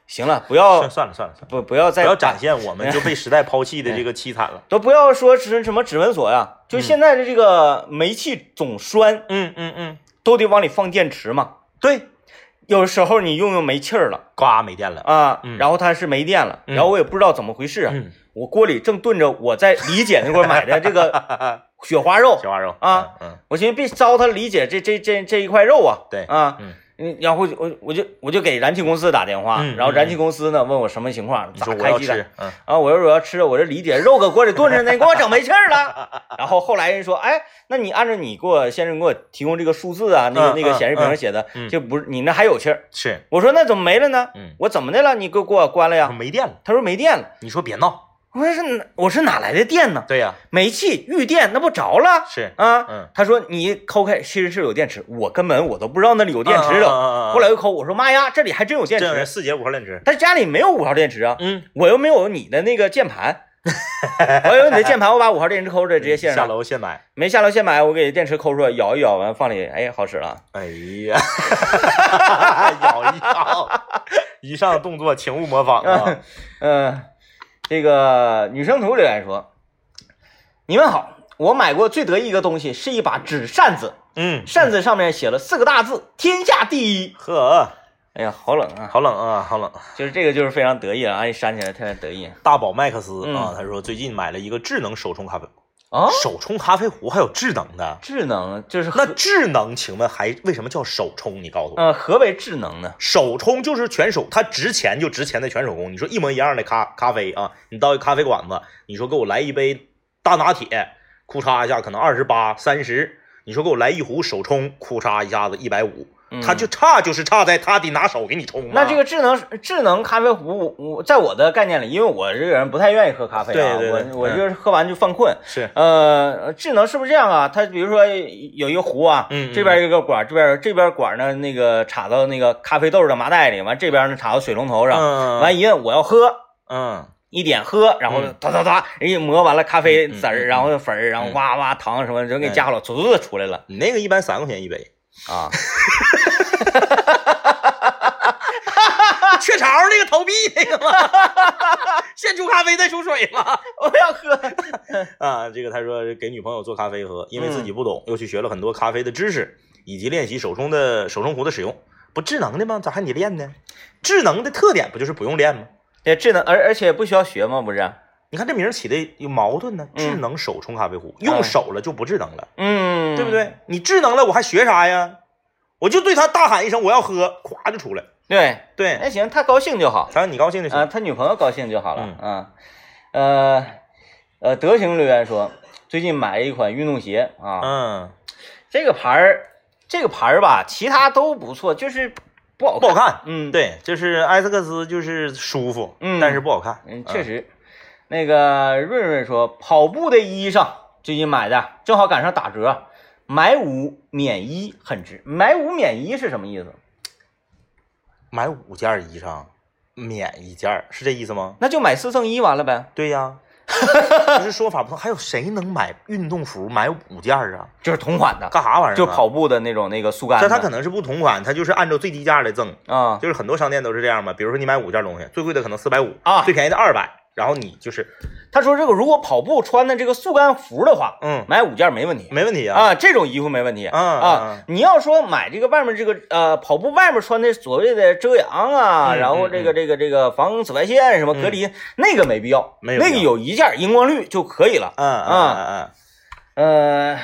A: 行了，不要
B: 算算了算了算了，
A: 不不要
B: 不
A: 哦再哎
B: 要展现 我们就被时代抛弃的这个凄惨了。
A: 都不要说是什么指纹锁呀，就现在的这个煤气总栓
B: 嗯嗯嗯，
A: 都得往里放电池嘛。
B: 对，
A: 有时候你用用没气儿了
B: 呱没电了。
A: 啊，
B: 嗯
A: 然后它是没电了，
B: 嗯
A: 然后我也不知道怎么回事啊。
B: 嗯，
A: 我锅里正炖着我在李姐那块儿买的这 个雪花肉
B: 小，花肉
A: 啊，
B: 嗯，嗯
A: 我寻思别糟蹋李姐这这这这一块肉啊。
B: 对
A: 啊，
B: 嗯，
A: 嗯，然后我我就我就给燃气公司打电话，
B: 嗯
A: 然后
B: 嗯
A: 燃气公司呢问我什么情况，
B: 你
A: 咋
B: 说我
A: 开
B: 要
A: 机的
B: 吃，嗯，
A: 啊？我说我要吃，我这李姐肉搁锅里炖着呢，你给我整没气儿 了。然后后来人说，哎，那你按照你给我先生给我提供这个数字啊，那个
B: 嗯
A: 那个
B: 嗯
A: 显示屏上写的
B: 嗯，
A: 就不是你那还有气儿。
B: 是，
A: 我说那怎么没了呢？
B: 嗯，
A: 我怎么的了？你给我给我关了
B: 我说
A: 呀？
B: 没电了，
A: 他说没电了。
B: 你说别闹。
A: 我说是哪我是哪来的电呢？
B: 对呀，
A: 煤气遇电那不着了
B: 是，
A: 啊？
B: 嗯，
A: 他说你抠开，其实是有电池，我根本我都不知道那里有电池
B: 了。
A: 的。
B: 啊啊
A: 后来又抠，我说妈呀，这里还真有电
B: 这样的
A: 池，
B: 四节五号电池，
A: 但是家里没有五号电池啊，
B: 嗯，
A: 我又没有你的那个键盘，我有你的键盘，我把五号电池抠出来直接线
B: 嗯下
A: 上，
B: 楼现买。
A: 没下楼先买，我给电池抠出来摇一摇，完放里，哎，好使了。
B: 哎呀， 咬一咬，以上动作请勿模仿啊！
A: 嗯、这个女生图留言说，你们好，我买过最得意一个东西是一把纸扇子，
B: 嗯，
A: 扇子上面写了四个大字“天下第一
B: 呵，”。
A: 哎呀，好冷啊！
B: 好冷啊，好冷。
A: 就是这个，就是非常得意啊，一扇起来特别得意
B: 大宝麦克斯啊
A: 嗯，
B: 他说最近买了一个智能手冲咖啡，
A: 啊。
B: 手冲咖啡壶还有智能的。
A: 智能就是何
B: 那智能，请问还为什么叫手冲？你告诉我，
A: 呃，何为智能呢？
B: 手冲就是全手，它值钱就值钱在全手工。你说一模一样的咖咖啡啊，你到一咖啡馆子，你说给我来一杯大拿铁，库嚓一下可能二十八、三十；你说给我来一壶手冲，库嚓一下子一百五，
A: 嗯
B: 它就差就是差在它得拿手给你冲、啊。
A: 那这个智能智能咖啡壶，我我在我的概念里，因为我这个人不太愿意喝咖啡啊，
B: 对对对
A: 我我就是喝完就犯困。
B: 是
A: 呃，智能是不是这样啊？它比如说有一个壶啊，
B: 嗯嗯
A: 这边一个管儿，这边这边管儿呢，那个插到那个咖啡豆的麻袋里，完这边呢插到水龙头上，
B: 嗯
A: 完一摁我要喝，
B: 嗯
A: 一点喝，然后
B: 嗯
A: 哒哒哒，人家磨完了咖啡
B: 嗯嗯
A: 籽儿，
B: 嗯
A: 然后粉儿，然后
B: 嗯
A: 哇哇糖什么，人给加好了，滋滋出来了
B: 你那个一般三块钱一杯，
A: 嗯啊！
B: 雀巢那个投币那 个吗？先出咖啡再出水吗？
A: 我要喝，
B: 啊，这个他说给女朋友做咖啡喝，因为
A: 嗯
B: 自己不懂，又去学了很多咖啡的知识，以及练习手冲的手冲壶的使用。不智能的吗？咋还得练呢？智能的特点不就是不用练吗？
A: 这智能而而且不需要学吗？不是，
B: 你看这名儿起的有矛盾呢，智
A: 嗯
B: 能手冲咖啡壶，用手了就不智能了，
A: 嗯，
B: 对不？对？你智能了，我还学啥呀？我就对他大喊一声我要喝，咵就出来。
A: 对，
B: 对，
A: 那行，他高兴就好
B: 他让你高兴就
A: 哎啊，
B: 行。
A: 他女朋友高兴就好了
B: 嗯
A: 啊。呃，呃，德行留言说，最近买了一款运动鞋啊，
B: 嗯，
A: 这个牌儿，这个牌儿吧，其他都不错，就是不好
B: 不好
A: 看。
B: 看。
A: 嗯，，
B: 对，就是艾斯克斯就是舒服，
A: 嗯
B: 但是不好看。
A: 嗯，确实。那个润润说，跑步的衣裳最近买的，正好赶上打折，买五免一很值。买五免一是什么意思？
B: 买五件儿衣裳，免一件儿，是这意思吗？
A: 那就买四赠一完了呗。
B: 对 呀，不是说法不同。还有谁能买运动服买五件儿啊？
A: 就是同款的，
B: 干啥玩意儿啊？
A: 就跑步的那种那个速干的。
B: 但它可能是不同款，它就是按照最低价来赠。
A: 啊，
B: 就是很多商店都是这样嘛，比如说你买五件东西，最贵的可能四百五
A: 啊
B: 最便宜的二百，然后你就是
A: 他说这个如果跑步穿的这个速干服的话，
B: 嗯，
A: 买五件没问题
B: 没问题啊，
A: 啊，这种衣服没问题
B: 啊
A: 啊
B: 啊。
A: 你要说买这个外面这个呃跑步外面穿的所谓的遮阳啊，
B: 嗯
A: 然后这个
B: 嗯
A: 这个这个防紫外线什么隔离，那个没必要，
B: 没有必要
A: 那个有一件荧光绿就可以了。
B: 嗯嗯嗯
A: 啊
B: 嗯，
A: 呃，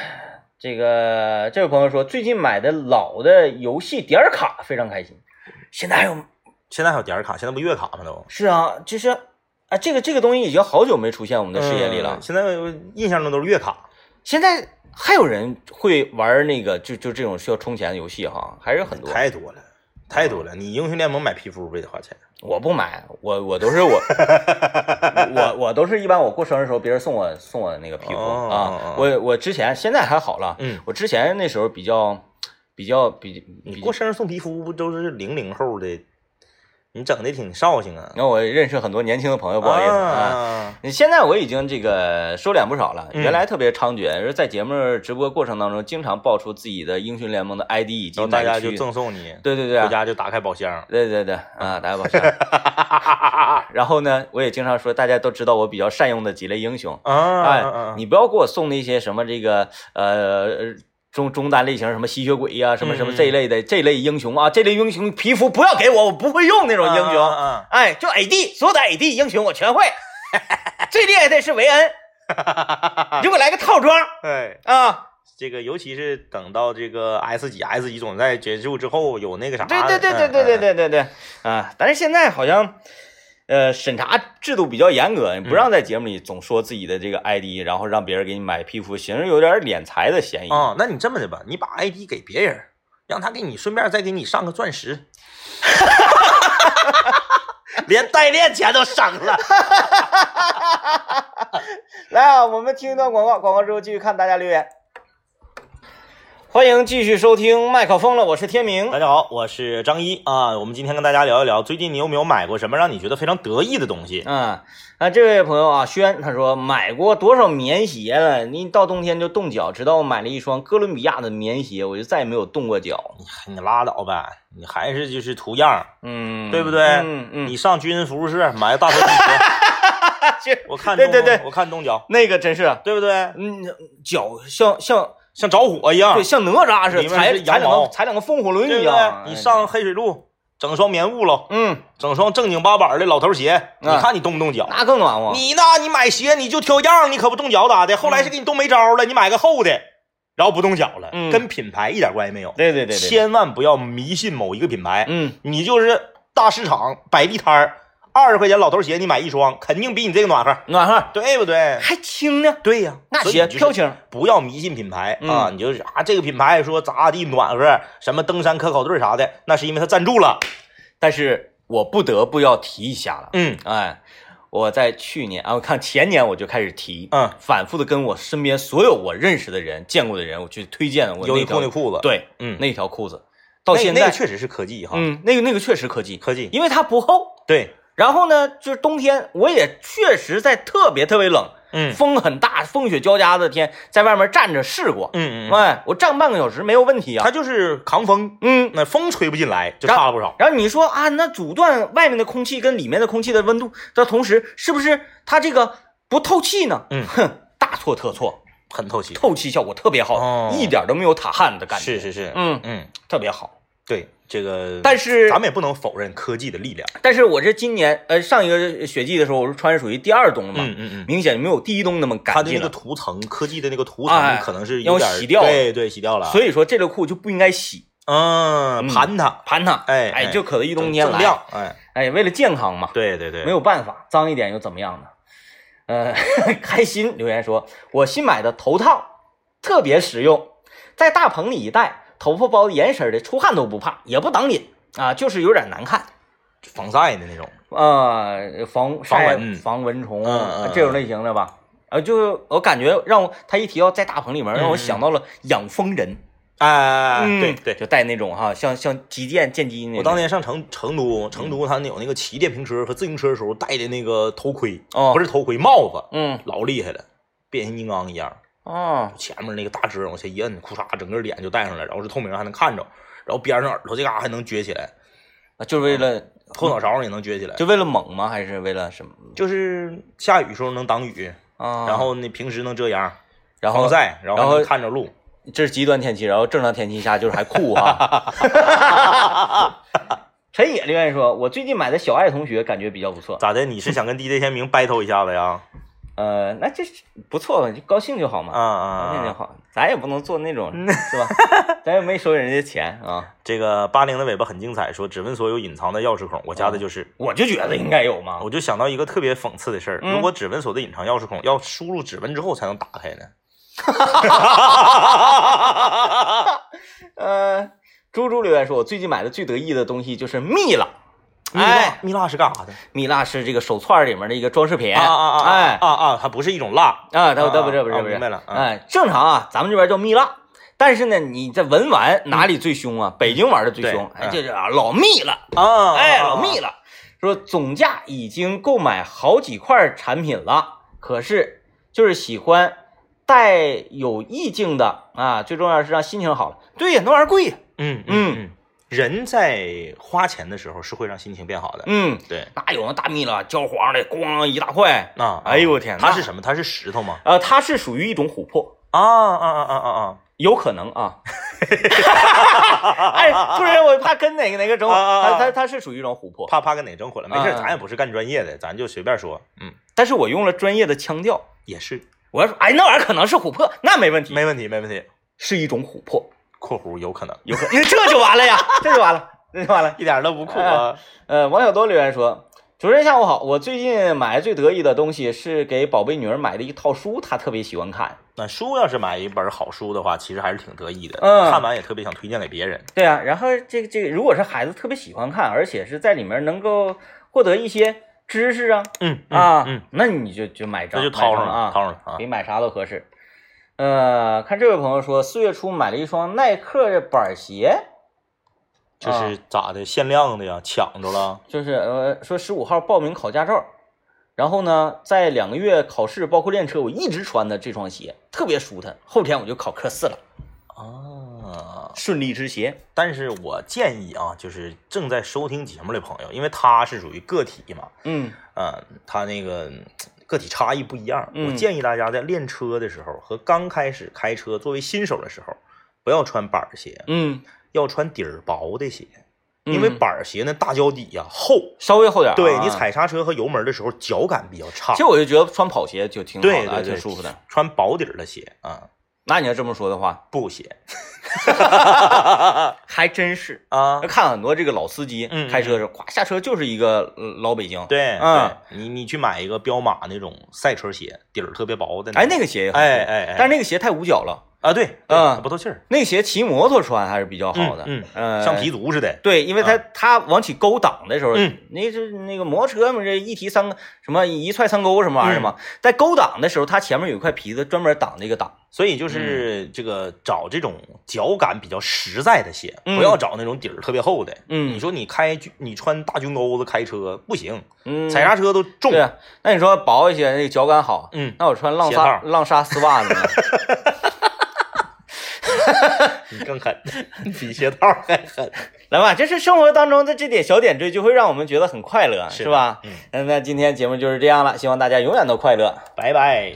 A: 这个这位朋友说，最近买的老的游戏点儿卡非常开心，现在还有
B: 现在还有点儿卡，现在不月卡吗都？
A: 是啊，就是啊，这个这个东西已经好久没出现我们的视野里了。
B: 嗯现在我印象中都是月卡，
A: 现在还有人会玩那个就就这种需要充钱的游戏哈，还是很多。
B: 太多了，太多了。你英雄联盟买皮肤不也得花钱？
A: 我不买，我我都是我我我都是一般我过生日的时候别人送我送我那个皮肤、
B: 哦
A: 啊，我我之前现在还好了，
B: 嗯，
A: 我之前那时候比较比较比
B: 你
A: 比
B: 过生日送皮肤不都是零零后的？你整的挺绍兴啊
A: 你！看我认识很多年轻的朋嗯友，不好意思啊。
B: 啊，
A: 现在我已经这个收敛不少了，
B: 嗯
A: 原来特别猖獗，就是在节目直播过程当中，经常爆出自己的英雄联盟的 ID 以
B: 然
A: 及
B: 后大
A: 哪
B: 家
A: 个区
B: 就赠送你，
A: 对对对
B: 回
A: 啊，
B: 家就打开宝箱。
A: 对对对啊，大家保重。 然后呢，我也经常说，大家都知道我比较善用的几类英雄，
B: 啊，
A: 哎，
B: 你
A: 你不要给我送那些什么这个呃中中单类型什么吸血鬼呀、什么什么
B: 嗯嗯
A: 这一类的这类英雄啊，这类英雄皮肤不要给我，我不会用那种英雄。
B: 啊
A: 哎，就 AD 所有的 AD 英雄我全会， 最厉害的是维 恩，你就给我来个套装
B: 哎，
A: 啊！
B: 这个尤其是等到这个 S 几 S 级总决赛结束之后，有那个啥的，
A: 对对对对对对
B: 嗯，
A: 对对对啊！但是现在好像。呃，审查制度比较严格，
B: 嗯
A: 你不让在节目里总说自己的这个 ID，、然后让别人给你买皮肤，显示有点敛财的嫌疑。
B: 嗯哦，那你这么的吧，你把 ID 给别人，让他给你顺便再给你上个钻石， 连代练钱都省了。
A: 来啊，我们听一段广告，广告之后继续看大家留言。欢迎继续收听麦克风了，我是天明。
B: 大家好，我是张一啊，我们今天跟大家聊一聊，最近你有没有买过什么让你觉得非常得意的东西？哎
A: 啊啊，这位朋友啊，轩他说买过多少棉鞋了？你到冬天就冻脚，直到我买了一双哥伦比亚的棉鞋，我就再也没有冻过脚。
B: 你拉倒呗，你还是就是图样儿，
A: 嗯，
B: 对不对
A: 嗯嗯，
B: 你上军人服务室买个大头皮鞋，我看
A: 对对
B: 冻
A: 对
B: 我看冻脚，
A: 那个真是，
B: 对不对？
A: 嗯，脚像像
B: 像着火一样，
A: 对像哪吒似的，
B: 里面是
A: 踩踩
B: 羊
A: 两
B: 毛
A: 个踩两个风火轮一
B: 对不
A: 样。
B: 对？你上黑水路整双棉雾了，
A: 嗯，
B: 整双正经八板的老头鞋，
A: 啊
B: 你看你冻不冻脚？
A: 那更暖和。
B: 你呢？你买鞋你就挑样，你可不冻脚咋的？后来是给你冻没招了，你买个厚的，然后不冻脚了，
A: 嗯
B: 跟品牌一点关系没有。
A: 对对对对，对
B: 千万不要迷信某一个品牌，
A: 嗯
B: 你就是大市场摆地摊儿，二十块钱老头鞋你买一双，肯定比你这个暖和，
A: 暖和，
B: 对不对？
A: 还轻呢，
B: 对呀、
A: 那
B: 所以
A: 鞋
B: 你就是
A: 飘轻。
B: 不要迷信品牌
A: 嗯
B: 啊！你就是啊，这个品牌说咋咋地暖和，什么登山可口队啥的，那是因为他赞助了。
A: 但是我不得不要提一下了，
B: 嗯
A: 哎，我在去年啊，我看前年我就开始提，
B: 嗯，
A: 反复的跟我身边所有我认识的人、见过的人，我去推荐我
B: 优衣
A: 那条
B: 库那裤子，，
A: 对，
B: 嗯，
A: 那条裤子到
B: 那
A: 现
B: 那
A: 在，
B: 个确实是科技哈，
A: 嗯，那个那个确实科技，
B: 科技
A: 因为它不厚。
B: 对，
A: 然后呢，就是冬天，我也确实在特别特别冷、
B: 嗯
A: 风很大、风雪交加的天，在外面站着试过，
B: 嗯嗯嗯，
A: 哎，我站半个小时没有问题啊
B: 它。就是扛风，
A: 嗯，
B: 那风吹不进来就差了不少。
A: 然后你说啊，那阻断外面的空气跟里面的空气的温度的同时，是不是它这个不透气呢？
B: 嗯
A: 哼，大错特错，
B: 很透气，
A: 透气效果特别好，
B: 哦
A: 一点都没有塔汗的感觉，
B: 是是是，
A: 嗯，
B: 嗯，
A: 特别好。
B: 对这个，
A: 但是
B: 咱们也不能否认科技的力量。
A: 但是我这今年呃上一个雪季的时候，我是穿属于第二冬了嘛，
B: 嗯嗯嗯，
A: 明显没有第一冬那么
B: 它
A: 干
B: 的
A: 净了。
B: 那个涂层，科技的那个涂
A: 哎
B: 层可能是有点
A: 要洗掉了
B: 对对，洗掉了。
A: 所以说这类裤就不应该洗，
B: 嗯，盘它，
A: 盘它，
B: 哎
A: 哎，
B: 哎
A: 就可能一冬天
B: 锃
A: 来，
B: 亮，哎，
A: 哎，为了健康嘛，
B: 对对对，
A: 没有办法，脏一点又怎么样呢？呃， 开心留言说，我新买的头套特别实用，在大棚里一戴，头发包的严实的，出汗都不怕，也不挡脸啊，就是有点难看。
B: 防晒的那种。
A: 呃，防
B: 防
A: 晒
B: 蚊
A: 防蚊虫、
B: 嗯
A: 啊
B: 嗯
A: 这种类型的吧。啊，就是我感觉让我他一提到在大棚里面，让我想到了养蜂人。
B: 哎，
A: 嗯
B: 对对，
A: 就戴那种哈，像像击剑剑击那种。
B: 我当年上成成都，成
A: 嗯
B: 都他有那个骑电瓶车和自行车的时候戴的那个头盔，
A: 哦
B: 不是头盔，帽子，
A: 嗯
B: 老厉害了，变形金刚一样，
A: 哦
B: 前面那个大遮往下一摁，裤衩整个脸就戴上了，然后是透明还能看着，然后边上耳朵这嘎、还能撅起来，
A: 啊就是为了
B: 后脑勺也能撅起来，
A: 就为了猛吗？还是为了什么
B: 就是下雨时候能挡雨，
A: 啊？
B: 然后呢平时能遮阳，
A: 然
B: 防
A: 后
B: 晒，然
A: 然
B: 后
A: 后
B: 能看着路。
A: 这是极端天气，然后正常天气下就是还酷哈。 陈野留言说：“我最近买的小爱同学感觉比较不错，
B: 咋的？你是想跟 DJ 天明 battle 一下子呀？
A: 呃，那这是不错，就高兴就好嘛。
B: 啊啊
A: 高兴就
B: 啊！
A: 好，咱也不能做那种，是吧？咱又没收人家钱啊，
B: 这个八零的尾巴很精彩，说只问所有隐藏的钥匙孔，我家的就是。
A: 我就觉得应该有 嘛。
B: 我就想到一个特别讽刺的事儿，
A: 哦嗯
B: 如果指纹锁的隐藏钥匙孔要输入指纹之后才能打开呢？
A: 呃，猪猪留言说，我最近买的最得意的东西就是蜜蜡，哎
B: 蜜蜡，蜜蜡是干啥的？
A: 蜜蜡是这个手串里面的一个装饰品，
B: 啊啊啊！
A: 哎
B: 啊啊！它不是一种蜡，
A: 啊，它
B: 啊
A: 它不是不
B: 啊
A: 是不是，
B: 明白了啊
A: 哎，正常啊，咱们这边叫蜜蜡。但是呢，你在文玩哪里最凶啊？北京玩的最凶，
B: 嗯对
A: 哎，
B: 嗯
A: 这是啊老蜜了，
B: 啊
A: 哎，老蜜了，说总价已经购买好几块产品了，可是就是喜欢带有意境的啊，最重要是让心情好了。对呀，那玩意儿贵呀，
B: 嗯
A: 嗯
B: 嗯嗯，人在花钱的时候是会让心情变好的。
A: 嗯，
B: 对，
A: 哪有那大蜜了，焦黄的，咣一大块。
B: 啊，
A: 哎呦我天
B: 它
A: 那
B: 是什么？它是石头吗？
A: 呃，它是属于一种琥珀，
B: 啊啊啊啊啊啊！
A: 有可能 啊。哎，不然我怕跟哪个哪个整，
B: 啊啊啊
A: 它它它是属于一种琥珀，
B: 怕怕跟哪整混了？没事儿，
A: 啊啊
B: 咱也不是干专业的，咱就随便说。嗯，
A: 但是我用了专业的腔调，
B: 也是，
A: 我要说，哎，那玩意儿可能是琥珀，那没问题，
B: 没问题，没问题。
A: 是一种琥珀。
B: （括弧有可能
A: 有可 这就完了呀，这就完了，这就完了。
B: 一点都不酷
A: 啊！呃，王小多留言说：“主持人下午好，我最近买最得意的东西是给宝贝女儿买的一套书，她特别喜欢看。
B: 那书要是买一本好书的话，其实还是挺得意的。
A: 嗯
B: 看完也特别想推荐给别人。
A: 对啊，然后这个这个，如果是孩子特别喜欢看，而且是在里面能够获得一些知识啊
B: 嗯
A: 啊，
B: 嗯，
A: 那你就就买张，
B: 那就掏
A: 买
B: 上了，
A: 张啊，
B: 掏上了啊
A: 比买啥都合适。呃，看这位朋友说，四月初买了一双耐克板鞋，
B: 就是咋的，限量的呀，抢着了。
A: 就是呃说十五号报名考驾照，然后呢，在两个月考试包括练车，我一直穿的这双鞋特别舒坦。后天我就考科四了，
B: 啊，
A: 顺利之鞋。
B: 但是我建议啊，就是正在收听节目的朋友，因为他是属于个体嘛，
A: 嗯
B: 啊，他那个嗯个体差异不一样。
A: 嗯
B: 我建议大家在练车的时候和刚开始开车作为新手的时候，不要穿板儿鞋，
A: 嗯，
B: 要穿底儿薄的鞋，
A: 嗯
B: 因为板儿鞋那大脚底呀、厚，
A: 稍微厚点、啊，
B: 对你。踩刹车和油门的时候脚感比较差
A: 其实。我就觉得穿跑鞋就挺好的，
B: 对
A: 还
B: 对对，
A: 挺舒服的。。
B: 穿薄底儿的鞋啊，
A: 那你要这么说的话，
B: 布鞋
A: 还真是。
B: 啊，
A: 看很多这个老司机
B: 嗯
A: 开车的时候，咵下车就是一个呃老北京。，
B: 对，
A: 嗯
B: 对，你你去买一个彪马那种赛车鞋，底儿特别薄的。
A: 哎，那个鞋也很
B: 哎
A: 酷
B: 哎哎
A: 但是那个鞋太捂脚了，
B: 啊，对，对
A: 嗯
B: 不透气儿，
A: 那个鞋骑摩托穿还是比较好的。
B: 嗯
A: 呃，
B: 像皮足似的。
A: 对，因为它它往起勾挡的时候，
B: 嗯
A: 那是那个摩托车嘛，这一提三个什么一踹三勾什么玩意儿嘛，
B: 嗯
A: 在勾挡的时候，它前面有一块皮子专门挡这个挡。
B: 所以就是这个找这种脚感比较实在的鞋，
A: 嗯
B: 不要找那种底儿特别厚的。
A: 嗯
B: 你说你开军你穿大军钩子开车不行，
A: 嗯
B: 踩刹车都重
A: 对。啊，那你说薄一些，那个脚感好，
B: 哦嗯
A: 那我穿浪
B: 鞋
A: 莎
B: 套
A: 浪莎丝袜 子呢，
B: 你更狠， 比鞋套还狠。
A: 来吧，这是生活当中的这点小点缀，就会让我们觉得很快乐，
B: 是
A: 是吧？
B: 的嗯
A: 嗯，那今天节目就是这样了，希望大家永远都快乐。
B: 拜拜。